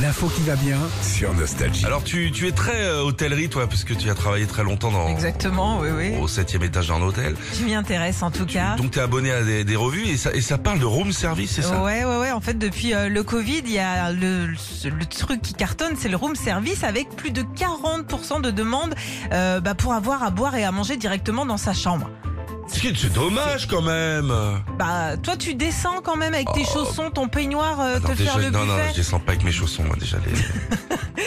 L'info qui va bien sur Nostalgie. Alors tu, tu es très euh, hôtellerie toi parce que tu as travaillé très longtemps dans Exactement, oui, oui. au septième étage d'un hôtel. Je m'y intéresse en tout cas. Donc Oh. tu es abonné à des, des revues et ça, et ça parle de room service, c'est ça Ouais, ouais, ouais. En fait, depuis euh, le Covid, il y a le, le truc qui cartonne, c'est le room service avec plus de 40% de demandes euh, bah, pour avoir à boire et à manger directement dans sa chambre. C'est c'est dommage quand même. Bah, toi, tu descends quand même avec tes chaussons, ton peignoir, euh, Attends, te faire Oh. déjà, le non, non, buffet. je descends pas avec mes chaussons, moi déjà.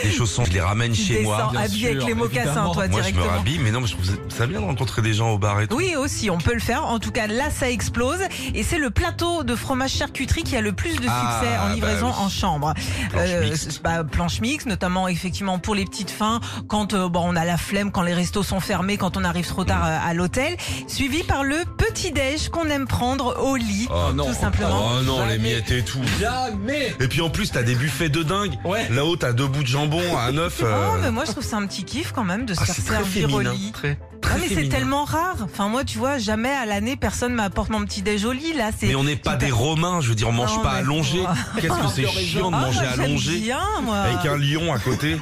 Les, les chaussons, je les ramène tu chez moi. descends habillé avec les mocassins, évidemment. toi, Moi, je me directement. rhabille, mais non, mais je trouve ça- ça bien de rencontrer des gens au bar et tout. Oui, aussi, on peut le faire. En tout cas, là, ça explose. Et c'est le plateau de fromage charcuterie qui a le plus de succès Ah, en bah livraison oui. en chambre. Planche mixte. c'est- bah, planche mixte, notamment effectivement pour les petites fins, quand euh, bon, on a la flemme, quand les restos sont fermés, quand on arrive trop tard euh, à l'hôtel. Suivi par le petit-déj qu'on aime prendre au lit, Oh tout non. simplement. Oh non, les Jamais. miettes et tout. Jamais Et puis en plus, t'as des buffets de dingue. Ouais. Là-haut, t'as deux bouts de jambon à un œuf. Oh, euh, mais moi je trouve ça un petit kiff quand même de se ah, faire c'est très servir au féminin. lit. Très, Ah, très mais c'est féminin. tellement rare. Enfin moi tu vois jamais à l'année personne m'apporte mon petit déj au lit là. C'est Mais on n'est pas des Romains, je veux dire, on mange Non, pas mais- allongé. Qu'est-ce que c'est chiant de Ah, manger moi, j'aime allongé bien, moi. avec un lion à côté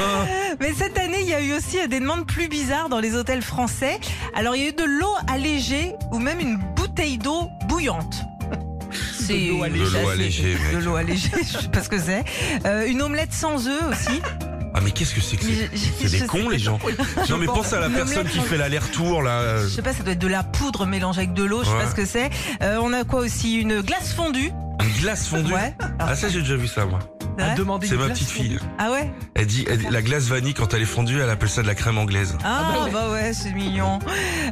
Ah, Mais cette année, il y a eu aussi euh, des demandes plus bizarres dans les hôtels français. Alors, il y a eu de l'eau allégée ou même une bouteille d'eau bouillante. C'est De l'eau allégée. De l'eau c'est- allégée, mec. De l'eau allégée, je sais pas ce que c'est. Euh, une omelette sans œufs aussi. Ah, mais qu'est-ce que c'est que c'est Je- C'est je des sais cons pas. les gens. Non mais pense à la Une personne omelette qui sans- fait l'aller-retour là. Je sais pas, ça doit être de la poudre mélangée avec de l'eau, je sais Ouais. pas ce que c'est. Euh, on a quoi aussi Une glace fondue. Une glace fondue. Ouais. Oh, Ah ça j'ai déjà vu ça moi. C'est vrai Demander C'est une ma glace petite fille. Ah ouais Elle dit elle dit- la glace vanille quand elle est fondue, elle appelle ça de la crème anglaise. Ah, bah, ouais. c'est mignon.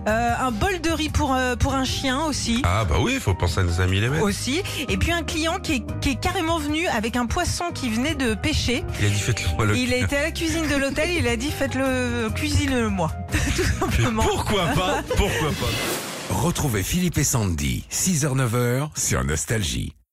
Euh, un bol de riz pour, euh, pour un chien aussi. Ah bah oui, faut penser à nos amis les mecs. aussi. Et puis un client qui est, qui est carrément venu avec un poisson qui venait de pêcher. Il a dit faites-le. le- Il a été à la cuisine de l'hôtel, il a dit faites-le, cuisine-le-moi. Tout simplement. Pourquoi pas Pourquoi pas Retrouvez Philippe et Sandy, 6h-9h sur Nostalgie.